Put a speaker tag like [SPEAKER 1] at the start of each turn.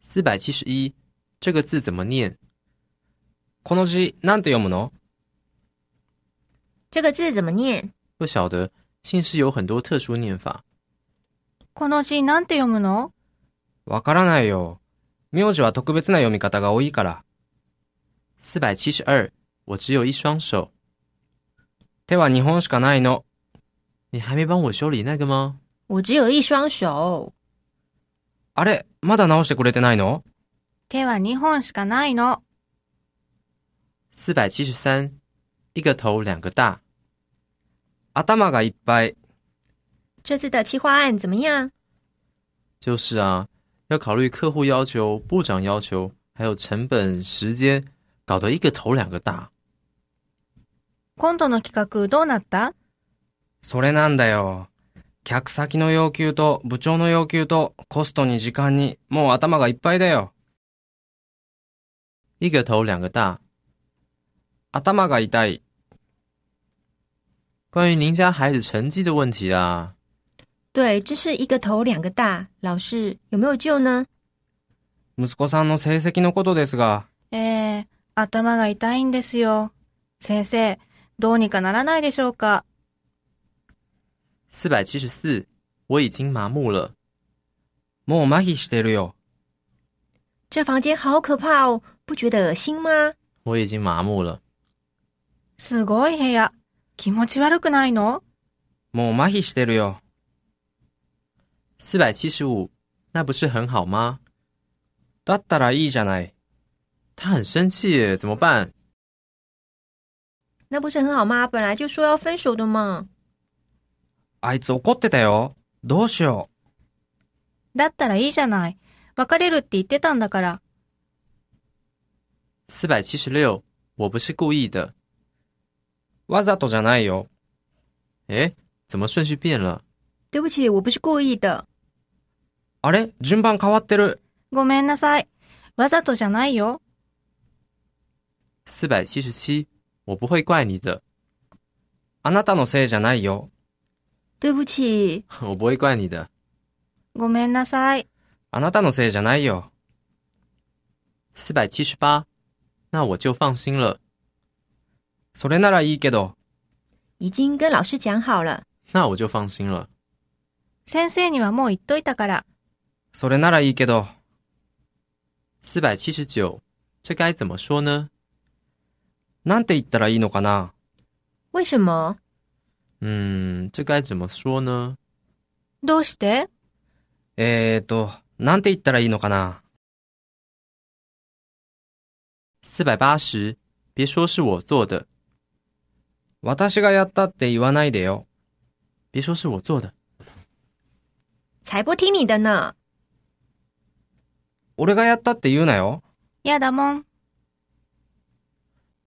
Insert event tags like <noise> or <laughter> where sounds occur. [SPEAKER 1] 四百七十一，这个字怎么念？
[SPEAKER 2] この字なんて読むの？
[SPEAKER 3] 这个字怎么念？
[SPEAKER 1] 不晓得，姓氏有很多特殊念法。
[SPEAKER 4] この字なんて読むの
[SPEAKER 2] わからないよ。名字は特別な読み方が多いから。
[SPEAKER 1] 四百七十二，我只有一双手。
[SPEAKER 2] 手は2本しかないの。
[SPEAKER 1] 你还没帮我修理那个吗？
[SPEAKER 3] 我只有一双手。
[SPEAKER 2] あれ、まだ直してくれてないの？
[SPEAKER 4] 手は2本しかないの。
[SPEAKER 1] 四百七十三，一个头两个大。
[SPEAKER 2] 頭がいっぱい。
[SPEAKER 3] 这次的企划案怎么样？
[SPEAKER 1] 就是啊，要考虑客户要求、部长要求，还有成本、时间，搞得一个头两个大。
[SPEAKER 4] 今度の企画どうなった
[SPEAKER 2] それなんだよ。客先の要求と部長の要求とコストに時間にもう頭がいっぱいだよ。
[SPEAKER 1] 一个头两个大。
[SPEAKER 2] 頭が痛い。
[SPEAKER 1] 关于您家孩子成绩的问题啊，
[SPEAKER 3] 对，这是一个头两个大，老师有没有救呢？
[SPEAKER 2] 息子さんの成績のことですが、
[SPEAKER 4] えー、頭が痛いんですよ。先生、どうにかならないでしょうか
[SPEAKER 1] 四百七十四，我已经麻木了。
[SPEAKER 2] もう麻痺してるよ。
[SPEAKER 3] 这房间好可怕哦，不觉得恶心吗？
[SPEAKER 1] 我已经麻木了。
[SPEAKER 4] すごい部屋。気持ち悪くないの
[SPEAKER 2] もう麻痺してるよ。
[SPEAKER 1] 四百七十五，那不是很好吗？
[SPEAKER 2] だったらいいじゃない。
[SPEAKER 1] 他很生气耶，怎么办？
[SPEAKER 3] 那不是很好吗？本来就说要分手的嘛。
[SPEAKER 2] あいつ怒ってたよ。どうしよう。
[SPEAKER 4] だったらいいじゃない。別れるって言ってたんだから。
[SPEAKER 1] 四百七十六，我不是故意的。
[SPEAKER 2] わざとじゃないよ。
[SPEAKER 1] 诶，怎么顺序变了？
[SPEAKER 3] 对不起，我不是故意的。
[SPEAKER 2] あれ順番変わってる。
[SPEAKER 4] ごめんなさい。わざとじゃないよ。
[SPEAKER 1] 四百七十七，我不会怪你的， <laughs>
[SPEAKER 2] あなたのせいじゃないよ。
[SPEAKER 3] 对不起，
[SPEAKER 1] 我不会怪你的。
[SPEAKER 4] ごめんなさい。
[SPEAKER 2] あなたのせいじゃないよ。
[SPEAKER 1] 四百七十八，那我就放心了。
[SPEAKER 2] それならいいけど、
[SPEAKER 3] 已经跟老师讲好了。
[SPEAKER 1] 那我就放心了。
[SPEAKER 4] 先生にはもう言っといたから。
[SPEAKER 2] それならいいけど、
[SPEAKER 1] 四百七十九，这该怎么说呢？
[SPEAKER 2] なんて言ったらいいのかな。
[SPEAKER 3] 为什么？
[SPEAKER 1] 嗯，这该怎么说呢？
[SPEAKER 4] どうして
[SPEAKER 2] えーと、なんて言ったらいいのかな。
[SPEAKER 1] 四百八十，别说是我做的，
[SPEAKER 2] 私がやったって言わないでよ。
[SPEAKER 1] 别说是我做的。
[SPEAKER 3] 才不听你的呢！
[SPEAKER 2] 俺がやったって言うなよ。
[SPEAKER 4] やだもん。